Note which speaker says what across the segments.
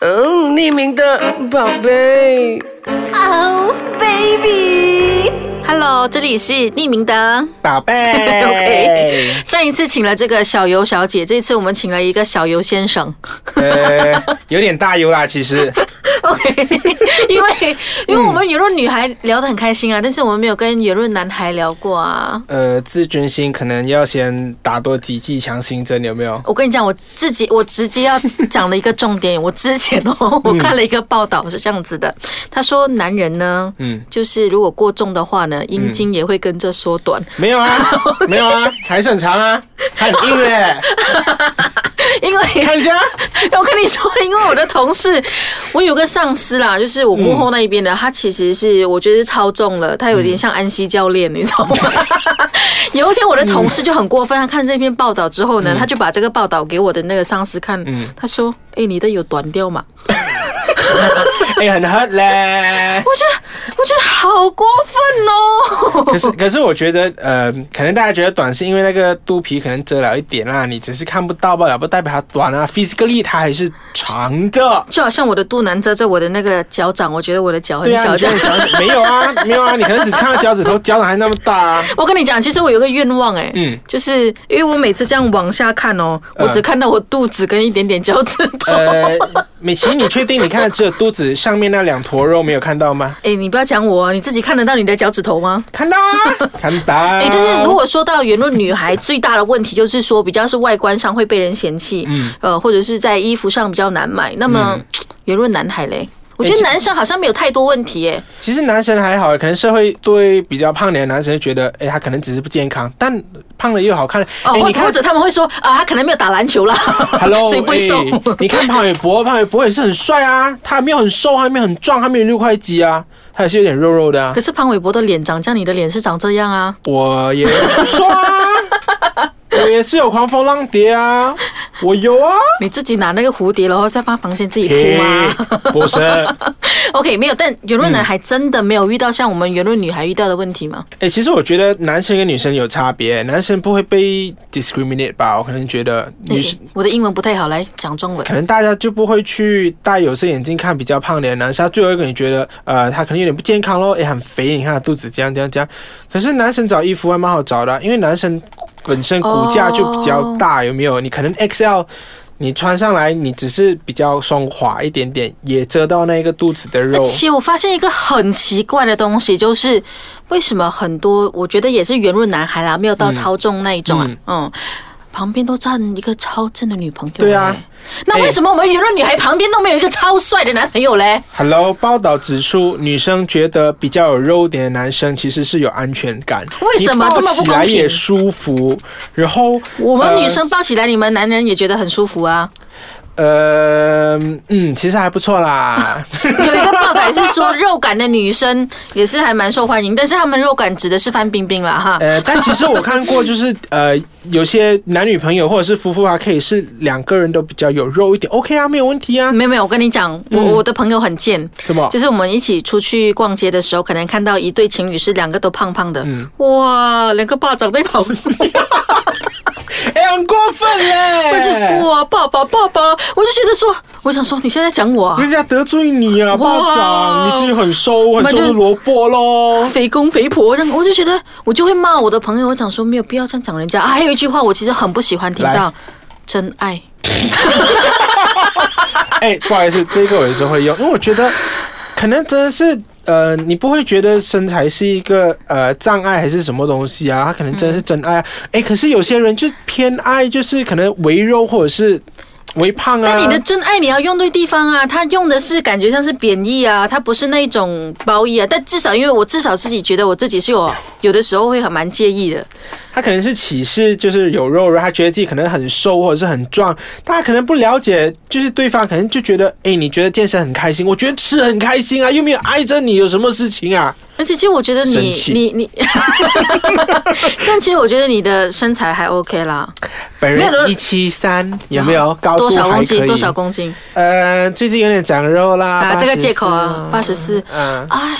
Speaker 1: 嗯匿名的宝贝。
Speaker 2: Oh baby，
Speaker 3: Hello，这里是匿名的。
Speaker 4: 宝 贝
Speaker 3: OK 上一次请了这个小游小姐，这次我们请了一个小游先生。
Speaker 4: 呃，有点大油啦，其实
Speaker 3: OK，因为因为我们圆润女孩聊得很开心啊，但是我们没有跟圆润男孩聊过啊。
Speaker 4: 呃，自尊心可能要先打多几剂强心针，有没有？
Speaker 3: 我跟你讲，我自己我直接要讲了一个重点。 我之前哦，我看了一个报道是这样子的，他说男人呢，
Speaker 4: 嗯，
Speaker 3: 就是如果过重的话呢，阴茎也会跟着缩短。
Speaker 4: 没有啊，没有啊，还是很长啊，很硬 哎、
Speaker 3: 因为
Speaker 4: 看一下，
Speaker 3: 我跟你说，因为我的同事，我有个上司啦，就是我幕后那一边的，他其实是我觉得是超重了，他有点像安西教练，你知道吗？ 有一天我的同事就很过分，他看这篇报道之后呢，
Speaker 4: 嗯
Speaker 3: 他就把这个报道给我的那个上司看，他说：“哎、你的有短掉吗？”
Speaker 4: 哎、很 hurt 嘞。
Speaker 3: 我觉得我觉得好过分哦。
Speaker 4: 可是，可是我觉得，呃，可能大家觉得短是因为那个肚皮可能遮了一点啦，你只是看不到罢了，不代表它短啊，physically 它还是长的。
Speaker 3: 就好像我的肚腩遮着我的那个脚掌，我觉得我的脚很
Speaker 4: 对啊，
Speaker 3: 小
Speaker 4: 你
Speaker 3: 这
Speaker 4: 这
Speaker 3: 样
Speaker 4: 样。讲没有啊，没有啊，你可能只看到脚趾头，脚掌还那么大啊。
Speaker 3: 我跟你讲，其实我有个愿望哎、
Speaker 4: 嗯
Speaker 3: 就是因为我每次这样往下看哦，我只看到我肚子跟一点点脚趾头。
Speaker 4: 呃，美琪，你确定你看的只有肚子上面那两坨肉没有看到吗？
Speaker 3: 哎、你不要讲我，你自己看得到你的脚趾头吗？
Speaker 4: 看 到啊，看到。
Speaker 3: 哎、但是如果说到圆润女孩，最大的问题就是说，比较是外观上会被人嫌弃，
Speaker 4: 嗯
Speaker 3: 呃，或者是在衣服上比较难买。那么圆润、男孩嘞，我觉得
Speaker 4: 是
Speaker 3: 男生好像没有太多问题哎、
Speaker 4: 其实男生还好，可能社会对比较胖点的男生觉得，哎，他可能只是不健康，但胖了又好看。
Speaker 3: 哦，
Speaker 4: 哎
Speaker 3: 或
Speaker 4: 你
Speaker 3: 者或
Speaker 4: 看
Speaker 3: 者他们会说啊，他可能没有打篮球啦
Speaker 4: ，Hello，
Speaker 3: 所以不会瘦。
Speaker 4: 哎你看潘玮柏，潘玮柏也是很帅啊，他没有很瘦，还没有很壮，他没有六块肌啊，他也是有点肉肉的啊
Speaker 3: 可。是潘玮柏的脸长这样，你的脸是长这样啊？
Speaker 4: 我也不错啊， 我也是有狂风浪蝶啊，我有啊。
Speaker 3: 你自己拿那个蝴蝶，然后再放房间自己铺吗
Speaker 4: 嘿嗯不是，
Speaker 3: ？OK，没有。但圆润男孩真的没有遇到像我们圆润女孩遇到的问题吗？
Speaker 4: 哎、其实我觉得男生跟女生有差别，男生不会被 discriminate 吧？我可能觉得女生。
Speaker 3: 我的英文不太好，来讲中文
Speaker 4: 可。能大家就不会去戴有色眼镜看比较胖的男生，他最后一个你觉得，呃，他可能有点不健康咯，也很肥，你看他肚子这样这样这样。可是男生找衣服还蛮好找的啊、因为男生本身骨架就比较大，有没有？你可能 XL，你穿上来你只是比较松垮一点点，也遮到那个肚子的
Speaker 3: 而
Speaker 4: 肉。
Speaker 3: 且我发现一个很奇怪的东西，就是为什么很多我觉得也是圆润男孩啦，没有
Speaker 4: 嗯
Speaker 3: 到超重那一种啊，嗯。旁边都站一个超正的女朋友、
Speaker 4: 对啊
Speaker 3: 哎，那为什么我们圆润女孩旁边都没有一个超帅的男朋友嘞？
Speaker 4: Hello，报道指出，女生觉得比较有肉点的男生其实是有安全感，
Speaker 3: 为什么
Speaker 4: 你抱
Speaker 3: 这么不
Speaker 4: 起
Speaker 3: 公
Speaker 4: 来
Speaker 3: 平
Speaker 4: 也舒服，然后
Speaker 3: 我们
Speaker 4: 呃
Speaker 3: 女生抱起来，你们男人也觉得很舒服啊。
Speaker 4: 呃，嗯，其实还不 错啦。
Speaker 3: 有一个报道是说， 肉感的女生也是还蛮受欢迎，但是她们肉感指的是范冰冰啦哈。
Speaker 4: 呃，但其实我看过，就是呃，有些男女朋友或者是夫妇啊，可以是两个人都比较有肉一点，OK 啊，没有问题啊。
Speaker 3: 没有没有，我跟你讲，我
Speaker 4: 嗯
Speaker 3: 我的朋友很贱，
Speaker 4: 怎么
Speaker 3: 嗯就？是我们一起出去逛街的时候，可能看到一对情侣是两个都胖胖的，哇，两个巴掌在跑，
Speaker 4: 哎、很过分
Speaker 3: 我就
Speaker 4: 嘞！
Speaker 3: 哇爸爸爸爸，我就觉得说，我想说你现在讲我啊
Speaker 4: 人，家得罪你啊，
Speaker 3: 哇
Speaker 4: 巴掌，你自己很瘦，很瘦
Speaker 3: 那
Speaker 4: 的
Speaker 3: 就
Speaker 4: 萝卜咯。
Speaker 3: 肥公肥婆，让我就觉得我就会骂我的朋友，我讲说没有必要这样讲人家、啊。还有一句话我其实很不喜欢听到
Speaker 4: 来，
Speaker 3: 真爱。
Speaker 4: 哎、不好意思，这个我有时候会用，因为我觉得可能真的是。呃，你不会觉得身材是一个呃障碍还是什么东西啊？他可能真的是真爱啊。哎、可是有些人就偏爱，就是可能围肉或者是围胖啊。
Speaker 3: 但你的真爱你要用对地方啊，他用的是感觉像是贬义啊，他不是那一种褒义啊。但至少因为我至少自己觉得我自己是有有的时候会很蛮介意的。
Speaker 4: 他可能是歧视，就是有肉，然后他觉得自己可能很瘦或者是很壮，大家可能不了解，就是对方可能就觉得，哎、你觉得健身很开心，我觉得吃很开心啊，又没有挨着你，有什么事情啊？
Speaker 3: 而且其实我觉得你
Speaker 4: 生气
Speaker 3: 你你， 但其实我觉得你的身材还 OK 啦，
Speaker 4: 本
Speaker 3: 没有
Speaker 4: 人
Speaker 3: 人
Speaker 4: 一七三，有没有高度
Speaker 3: 多少
Speaker 4: 还
Speaker 3: 公
Speaker 4: 可
Speaker 3: 斤？
Speaker 4: 以？
Speaker 3: 多少？公斤？
Speaker 4: 呃，最近有点长肉啦，
Speaker 3: 啊，这个
Speaker 4: 84
Speaker 3: 借口啊，八十四。
Speaker 4: 嗯，
Speaker 3: 哎，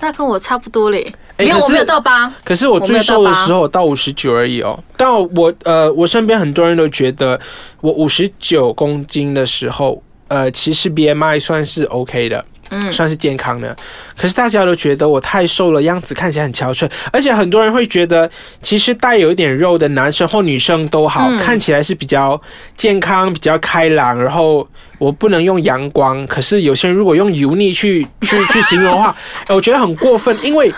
Speaker 3: 那跟我差不多嘞。
Speaker 4: 哎
Speaker 3: 没有，
Speaker 4: 可
Speaker 3: 我
Speaker 4: 是
Speaker 3: 没有到八。
Speaker 4: 可是我最瘦的时候到五十九而已哦，但我呃，我身边很多人都觉得我五十九公斤的时候，呃，其实 BMI 算是 OK 的。
Speaker 3: 嗯
Speaker 4: 算是健康的，可是大家都觉得我太瘦了，样子看起来很憔悴，而且很多人会觉得，其实带有一点肉的男生或女生都好，
Speaker 3: 嗯
Speaker 4: 看起来是比较健康、比较开朗。然后我不能用阳光，可是有些人如果用油腻去 去去形容的话，哎我觉得很过分，因为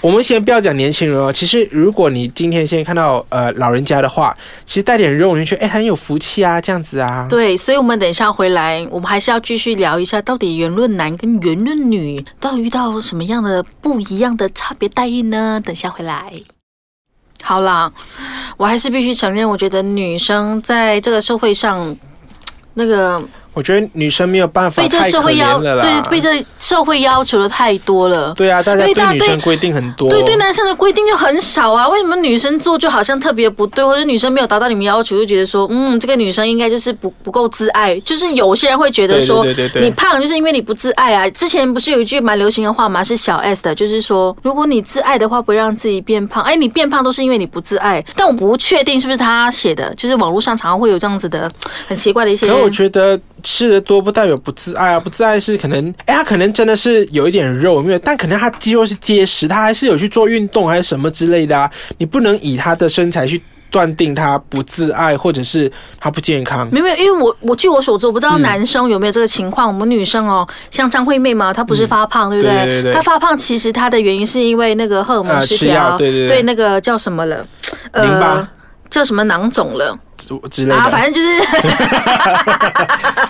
Speaker 4: 我们先不要讲年轻人哦，其实如果你今天先看到呃老人家的话，其实带点肉，你就觉得哎很有福气啊，这样子啊。
Speaker 3: 对，所以我们等一下回来，我们还是要继续聊一下，到底圆润男跟圆润女到底遇到什么样的不一样的差别待遇呢？等一下回来。好啦，我还是必须承认，我觉得女生在这个社会上，那个
Speaker 4: 我觉得女生没有办法
Speaker 3: 被这
Speaker 4: 啊太可
Speaker 3: 社会要
Speaker 4: 怜了啦。
Speaker 3: 对被这社会要求的太多了。
Speaker 4: 对啊，大家
Speaker 3: 对
Speaker 4: 对
Speaker 3: 大
Speaker 4: 女生规定很多。
Speaker 3: 对对，男生的规定就很少啊。为什么女生做就好像特别不对，或者女生没有达到你们要求，就觉得说，嗯，这个女生应该就是不不够自爱。就是有些人会觉得说，
Speaker 4: 对对对对对
Speaker 3: 你胖就是因为你不自爱啊。之前不是有一句蛮流行的话嘛，是小 S 的，就是说，如果你自爱的话，不会让自己变胖。哎，你变胖都是因为你不自爱。但我不确定是不是他写的，就是网络上常常会有这样子的很奇怪的一些
Speaker 4: 可。我觉得吃的多不代表不自爱啊，不自爱是可能，哎，他可能真的是有一点肉，没有，但可能他肌肉是结实，他还是有去做运动还是什么之类的啊。你不能以他的身材去断定他不自爱或者是他不健康。
Speaker 3: 没有，没有，因为我我据我所知，我不知道
Speaker 4: 嗯
Speaker 3: 男生有没有这个情况。我们女生哦，像张惠妹嘛，她不是发胖，对不
Speaker 4: 嗯对对对
Speaker 3: 她发胖其实她的原因是因为那个荷尔蒙
Speaker 4: 啊
Speaker 3: 失
Speaker 4: 吃
Speaker 3: 调，
Speaker 4: 药对对对
Speaker 3: 那个叫什么了，呃
Speaker 4: 淋巴
Speaker 3: 叫什么囊肿了
Speaker 4: 之之类的，
Speaker 3: 啊，反正就是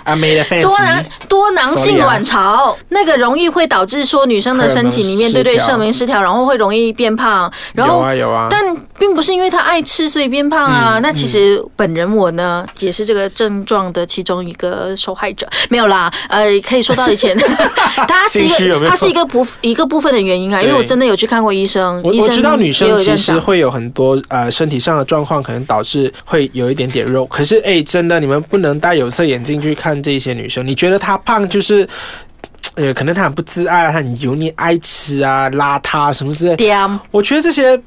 Speaker 4: 啊，没的 fans，
Speaker 3: 多囊多囊性
Speaker 4: Sorry 啊
Speaker 3: 卵巢，那个容易会导致说女生的身体里面
Speaker 4: 荷
Speaker 3: 对
Speaker 4: 尔蒙失调
Speaker 3: 对社明失调，然后会容易变胖，然
Speaker 4: 有
Speaker 3: 后
Speaker 4: 啊有啊，
Speaker 3: 但并不是因为他爱吃所以变胖啊。
Speaker 4: 嗯
Speaker 3: 那其实本人我呢，也是这个症状的其中一个受害者。没有啦，呃，可以说到以 前，它是一
Speaker 4: 心虚有没
Speaker 3: 个
Speaker 4: 有
Speaker 3: 它是一个部一个部分的原因啊，因为
Speaker 4: 对
Speaker 3: 我真的有去看过医生，
Speaker 4: 我
Speaker 3: 嗯医
Speaker 4: 我
Speaker 3: 生
Speaker 4: 知道女
Speaker 3: 也
Speaker 4: 生
Speaker 3: 有这
Speaker 4: 其
Speaker 3: 样
Speaker 4: 实
Speaker 3: 讲
Speaker 4: 会有很多呃身体上的状况，可能导致会有一点点肉。可是哎、真的你们不能戴有色眼镜去看这些女生。你觉得她胖就是，呃，可能她很不自爱啊，她很油腻、爱吃啊、邋遢什么之类。
Speaker 3: 嗲。
Speaker 4: 我觉得这些。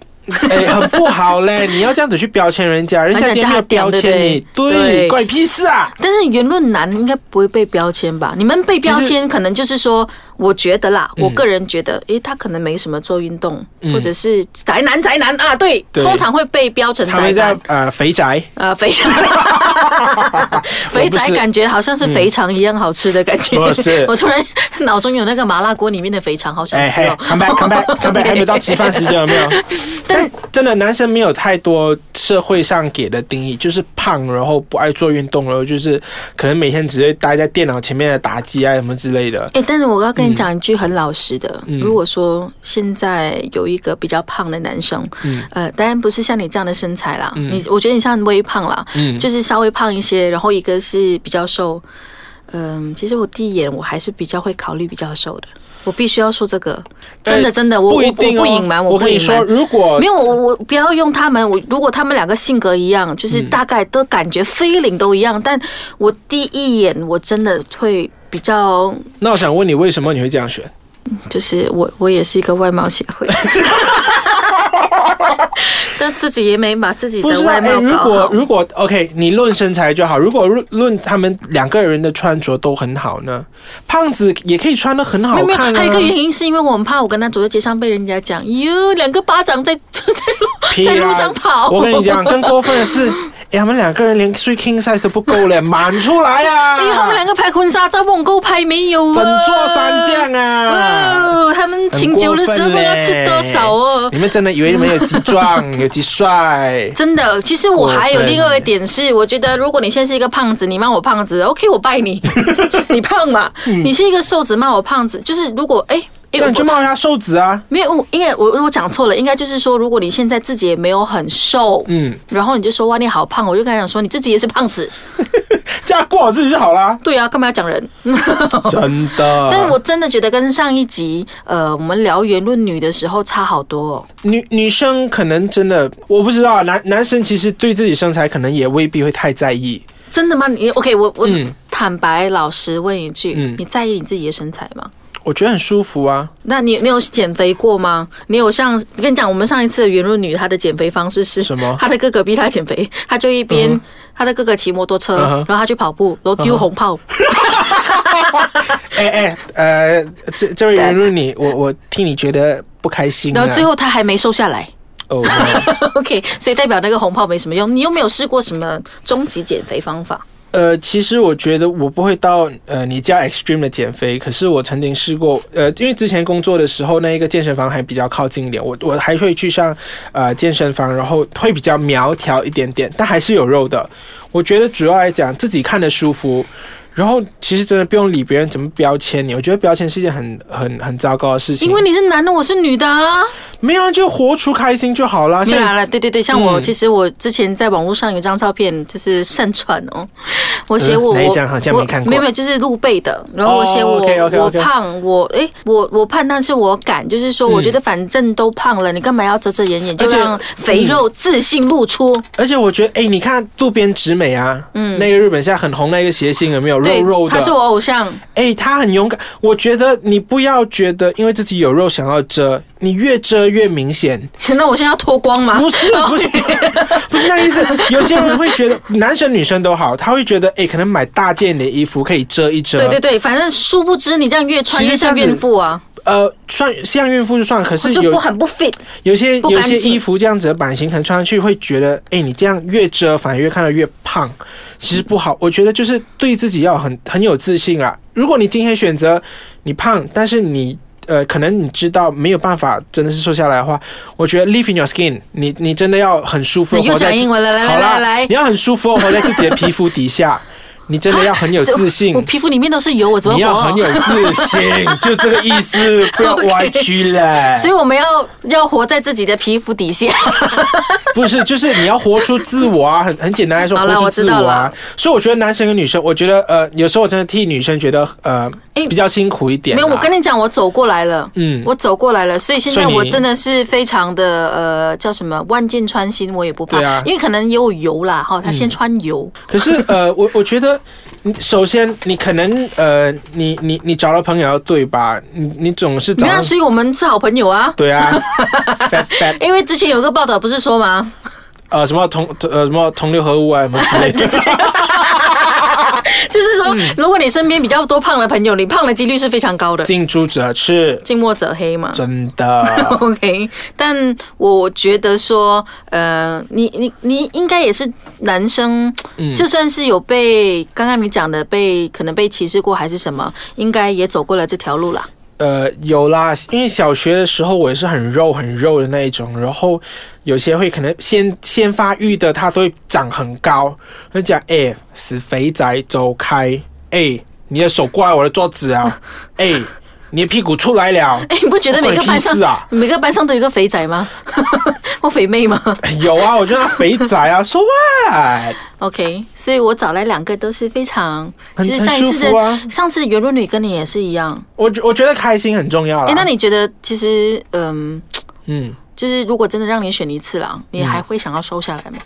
Speaker 4: 哎、很不好嘞！你要这样子去标签人家，人家今天没有标签你，
Speaker 3: 而且叫她屌对不对对
Speaker 4: 关你屁事啊！
Speaker 3: 但是言论男应该不会被标签吧？你们被标签可能就是说，我觉得啦，我个人觉得，诶，他可能没什么做运动，
Speaker 4: 嗯
Speaker 3: 或者是宅男宅男啊，对，
Speaker 4: 对
Speaker 3: 通常会被标成
Speaker 4: 他
Speaker 3: 宅
Speaker 4: 们
Speaker 3: 男
Speaker 4: 在。呃肥宅，
Speaker 3: 呃，肥 肠，肥仔感觉好像是肥肠一样好吃的感觉。
Speaker 4: 不嗯哦是
Speaker 3: 我突然脑中有那个麻辣锅里面的肥肠，好想
Speaker 4: 哎
Speaker 3: 吃
Speaker 4: 嘿
Speaker 3: 哦。
Speaker 4: ，come back，come back，come back，还没有到吃饭时间，有没有？但真的，男生没有太多社会上给的定义，就是胖，然后不爱做运动，然后就是可能每天只会待在电脑前面打机啊什么之类的。
Speaker 3: 哎、但是我要跟你讲一句很老实的，
Speaker 4: 嗯
Speaker 3: 如果说现在有一个比较胖的男生，
Speaker 4: 嗯
Speaker 3: 呃，当然不是像你这样的身材啦，
Speaker 4: 嗯
Speaker 3: 你我觉得你像微胖啦，
Speaker 4: 嗯，
Speaker 3: 就是稍微胖一些，然后一个是比较瘦，嗯、其实我第一眼我还是比较会考虑比较瘦的，我必须要说这个，真的
Speaker 4: 呃
Speaker 3: 真的，我我
Speaker 4: 不一
Speaker 3: 我
Speaker 4: 定哦。
Speaker 3: 不隐瞒，
Speaker 4: 我
Speaker 3: 不
Speaker 4: 跟你
Speaker 3: 隐
Speaker 4: 说，
Speaker 3: 瞒。
Speaker 4: 如果
Speaker 3: 没有，我我不要用他们。我如果他们两个性格一样，就是
Speaker 4: 嗯
Speaker 3: 大概都感觉 feeling 都一样，但我第一眼我真的会比较，
Speaker 4: 那我想问你，为什么你会这样选？
Speaker 3: 就是我我也是一个外貌协会， 但自己也没把自己
Speaker 4: 不
Speaker 3: 的
Speaker 4: 是啊，
Speaker 3: 外
Speaker 4: 哎，
Speaker 3: 貌
Speaker 4: 如
Speaker 3: 搞
Speaker 4: 果
Speaker 3: 好。
Speaker 4: 如果 OK，你论身材就好。如果论论他们两个人的穿着都很好呢，胖子也可以穿的很
Speaker 3: 没
Speaker 4: 好
Speaker 3: 有没有，
Speaker 4: 看啊。
Speaker 3: 还有一个原因是因为我很怕我跟他走在街上被人家讲，哟，两个巴掌在 在
Speaker 4: 屁
Speaker 3: 路
Speaker 4: 啦
Speaker 3: 在路上跑。
Speaker 4: 我跟你讲，更过分 的是，哎、他们两个人连睡 king size 都不够嘞，满出来啊！
Speaker 3: 哎呀，他们两个拍婚纱照，问够拍没有啊？
Speaker 4: 整座山将啊！
Speaker 3: 哇，他们请酒的时候
Speaker 4: 很过分
Speaker 3: 要吃
Speaker 4: 嘞
Speaker 3: 多少哦？哎
Speaker 4: 你们真的以为你们有几 壮，有几帅？
Speaker 3: 真的，其实我还有另外一个点是，我觉得如果你现在是一个胖子，你骂我胖子，OK，我拜 你，你胖嘛；你是一个瘦子，骂我胖子，就是如果哎。
Speaker 4: 嗯这
Speaker 3: 哎
Speaker 4: 样就
Speaker 3: 我
Speaker 4: 骂他瘦子啊！
Speaker 3: 没有，我应该我我讲错了，应该就是说，如果你现在自己也没有很瘦，
Speaker 4: 嗯，
Speaker 3: 然后你就说哇你好胖，我就跟他讲说你自己也是胖子，。
Speaker 4: 这样过好自己就好啦
Speaker 3: 对啊，干嘛要讲人？
Speaker 4: 真的。
Speaker 3: 哦但是我真的觉得跟上一集呃我们聊言论女的时候差好多、哦，
Speaker 4: 女女生可能真的我不知道啊，男男生其实对自己身材可能也未必会太在意。
Speaker 3: 真的吗？你 OK，我我、
Speaker 4: 嗯
Speaker 3: 坦白老实问一句，
Speaker 4: 嗯
Speaker 3: 你在意你自己的身材吗？
Speaker 4: 我觉得很舒服啊。
Speaker 3: 那你你有减肥过吗？你有像跟你讲，我们上一次的圆润女她的减肥方式是
Speaker 4: 什么
Speaker 3: 她的哥哥逼她减肥，她就一边、
Speaker 4: 嗯
Speaker 3: 她的哥哥骑摩托车
Speaker 4: 嗯哼嗯
Speaker 3: 然后她去跑步，然后丢红炮。
Speaker 4: 哎哎呃，这这位圆润你，我我替你觉得不开心、啊。
Speaker 3: 然后最后他还没瘦下来
Speaker 4: 哦，no
Speaker 3: ，OK，所以代表那个红炮没什么用。你有没有试过什么终极减肥方法？
Speaker 4: 呃，其实我觉得我不会到呃你家 extreme 的减肥，可是我曾经试过，呃，因为之前工作的时候那一个健身房还比较靠近一点，我我还会去上呃健身房，然后会比较苗条一点点，但还是有肉的。我觉得主要来讲自己看的舒服，然后其实真的不用理别人怎么标签你，我觉得标签是一件很很很糟糕的事情。
Speaker 3: 因为你是男的，我是女的啊。
Speaker 4: 没有啊就活出开心就好啦。
Speaker 3: 没
Speaker 4: 像
Speaker 3: 有啊了，对对对，像我、
Speaker 4: 嗯
Speaker 3: 其实我之前在网络上有一张照片，就是盛传哦，我写我、我
Speaker 4: 嗯哪一张好像没看过
Speaker 3: 我没有没有，就是露背的，然后我写我、
Speaker 4: 哦，OK，OK，OK 嗯
Speaker 3: 我胖，我诶，我我胖，但是我敢，就是说我觉得反正都胖了，你干嘛要遮遮掩掩，就
Speaker 4: 而且嗯
Speaker 3: 让肥肉自信露出，
Speaker 4: 而且我觉得，哎，你看渡边直美啊，嗯，那个日本现在很红那个谐星有没有
Speaker 3: 对
Speaker 4: 肉肉，的？
Speaker 3: 他是我偶像，
Speaker 4: 哎、他很勇敢。我觉得你不要觉得因为自己有肉想要遮，你越遮越明显。
Speaker 3: 那我现在要脱光吗？
Speaker 4: 不是，啊不是， 不是那意思。有些人会觉得，男生女生都好，他会觉得，哎、可能买大件的衣服可以遮一遮。
Speaker 3: 对对对，反正殊不知你这样越穿
Speaker 4: 其
Speaker 3: 越
Speaker 4: 实这样
Speaker 3: 像
Speaker 4: 子
Speaker 3: 孕妇啊，
Speaker 4: 呃，算像孕妇就算，可是
Speaker 3: 哦就不
Speaker 4: 有
Speaker 3: 很不 fit。
Speaker 4: 有些
Speaker 3: 不干
Speaker 4: 有些
Speaker 3: 净
Speaker 4: 衣服这样子的版型，可能穿上去会觉得，哎、你这样越遮反而越看得越胖，其实不好。我觉得就是对自己要很很有自信啦。如果你今天选择你胖，但是你呃，可能你知道没有办法真的是瘦下来的话，我觉得 live in your skin，你你真的要很舒服地
Speaker 3: 你又
Speaker 4: 活在
Speaker 3: 讲
Speaker 4: 自，
Speaker 3: 英文了，来
Speaker 4: 好
Speaker 3: 来
Speaker 4: 啦
Speaker 3: 来来
Speaker 4: 你。要很舒服地活在自 己的皮肤底下，你真的要很有
Speaker 3: 这
Speaker 4: 自信
Speaker 3: 我。皮肤里面都是啊油，我怎么
Speaker 4: 你
Speaker 3: 活
Speaker 4: 要
Speaker 3: 啊？
Speaker 4: 很有自信，就这个意 思，不要歪曲了。
Speaker 3: 所以我们要要活在自己的皮肤底下。
Speaker 4: 不是，就是你要活出自我啊，很很简单来 说，
Speaker 3: 好啦
Speaker 4: 活出自我
Speaker 3: 我知道
Speaker 4: 啊
Speaker 3: 啦。
Speaker 4: 所以我觉得男生跟女生，我觉得呃，有时候我真的替女生觉得呃
Speaker 3: 哎
Speaker 4: 比较辛苦一点、啊。
Speaker 3: 没有，我跟你讲，我走过来了。
Speaker 4: 嗯，
Speaker 3: 我走过来了，所以现在
Speaker 4: 所以
Speaker 3: 我
Speaker 4: 你
Speaker 3: 真的是非常的呃，叫什么万箭穿心，我也不怕，
Speaker 4: 对啊
Speaker 3: 因为可能也有油啦哈，他先穿油，
Speaker 4: 可是呃，我我觉得，你首先你可能呃，你你你找了朋友要对吧？你你总是找
Speaker 3: 那、所以我们是好朋友啊。
Speaker 4: 对 啊，fat fat
Speaker 3: 因为之前有个报道不是说吗？
Speaker 4: 呃什么同呃什么同流合污啊什么之 类的。
Speaker 3: 就是说，
Speaker 4: 嗯
Speaker 3: 如果你身边比较多胖的朋友，你胖的几率是非常高的，
Speaker 4: 近朱者赤，
Speaker 3: 近墨者黑嘛。。
Speaker 4: 真的
Speaker 3: OK，但我觉得说，呃，你你你应该也是男生，
Speaker 4: 嗯
Speaker 3: 就算是有被刚刚你讲的被可能被歧视过还是什么，应该也走过了这条路啦。
Speaker 4: 呃，有啦，因为小学的时候我也是很肉很肉的那一种，然后有些会可能先先发育的，它都会长很高，会讲哎，死肥宅，走开！哎、你的手过来我的桌子啊！ 哎、你的屁股出来了！
Speaker 3: 哎，你不觉得每个班上
Speaker 4: 关你屁事、啊
Speaker 3: 每个班上都有一个肥仔吗？ 或肥妹吗
Speaker 4: 有啊，我觉得他肥宅啊，so what？
Speaker 3: ？OK，所以我找来两个都是非常，
Speaker 4: 很
Speaker 3: 就是上一次
Speaker 4: 很舒服
Speaker 3: 的、
Speaker 4: 啊
Speaker 3: 上次圆润女跟你也是一样。
Speaker 4: 我觉我觉得开心很重要啦。
Speaker 3: 哎，那你觉得其实，嗯、
Speaker 4: 嗯
Speaker 3: 就是如果真的让你选一次啦，你还会想要瘦下来吗？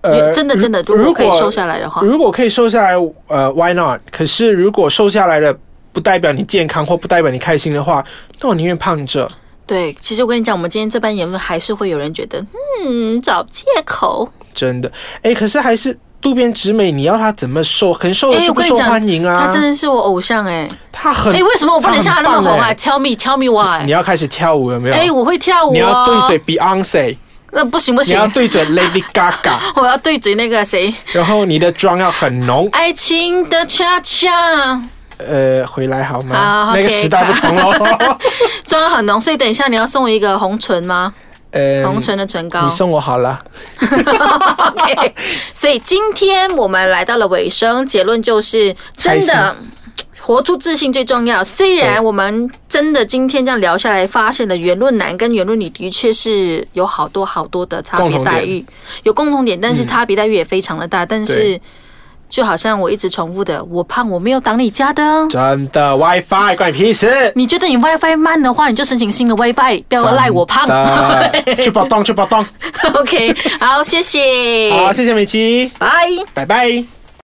Speaker 4: 呃
Speaker 3: 真的真的，如
Speaker 4: 如
Speaker 3: 果可以瘦下来的话，
Speaker 4: 如果可以瘦下来，呃，Why not？可是如果瘦下来的不代表你健康或不代表你开心的话，那我宁愿胖着。
Speaker 3: 对，其实我跟你讲，我们今天这番言论还是会有人觉得，嗯，找借口。
Speaker 4: 真的，哎，可是还是渡边直美，你要她怎么瘦？很瘦
Speaker 3: 哎
Speaker 4: 哦了
Speaker 3: 我
Speaker 4: 就不
Speaker 3: 跟你
Speaker 4: 受
Speaker 3: 讲
Speaker 4: 欢迎啊！
Speaker 3: 他真的是我偶像哎、
Speaker 4: 她很
Speaker 3: 哎、为什么我不能像他那么
Speaker 4: 她很
Speaker 3: 红
Speaker 4: 棒
Speaker 3: 啊
Speaker 4: 哎
Speaker 3: ？Tell me, tell me
Speaker 4: 你
Speaker 3: why。
Speaker 4: 要开始跳舞了没有？
Speaker 3: 哎、我会跳舞、哦。
Speaker 4: 你要对嘴。Beyonce，
Speaker 3: 那不行不
Speaker 4: 你
Speaker 3: 行
Speaker 4: 要，对准 Lady Gaga，
Speaker 3: 我要对嘴那个谁，
Speaker 4: 然后你的妆要很浓。
Speaker 3: 爱情的恰恰
Speaker 4: 呃，回来好吗？
Speaker 3: 好
Speaker 4: 那
Speaker 3: 啊 OK，
Speaker 4: 个时代不 同喽。
Speaker 3: 妆很浓，所以等一下你要送我一个红唇吗？
Speaker 4: 呃，
Speaker 3: 红唇的哦唇膏。
Speaker 4: 你送我好了。
Speaker 3: OK，所 以今天我们来到了尾声，结论就是真的。活出自信最重要。虽
Speaker 4: 对
Speaker 3: 然我们真的今天这样聊下来，发现了圆润男跟圆润女的确是有好多好多的差
Speaker 4: 共
Speaker 3: 别
Speaker 4: 同
Speaker 3: 待
Speaker 4: 点
Speaker 3: 遇，有共同点，但是
Speaker 4: 嗯
Speaker 3: 差别待遇也非常的大。但是
Speaker 4: 对
Speaker 3: 就好像我一直重复的，我胖我没有挡你家的。
Speaker 4: 真的 WiFi 关你屁事！
Speaker 3: 你觉得你 WiFi 慢的话，你就申请新的 WiFi，不要赖我胖。
Speaker 4: 真的去跑动去跑动。
Speaker 3: OK，好，谢谢，
Speaker 4: 好，谢谢美琪，
Speaker 3: 拜。
Speaker 4: 拜拜。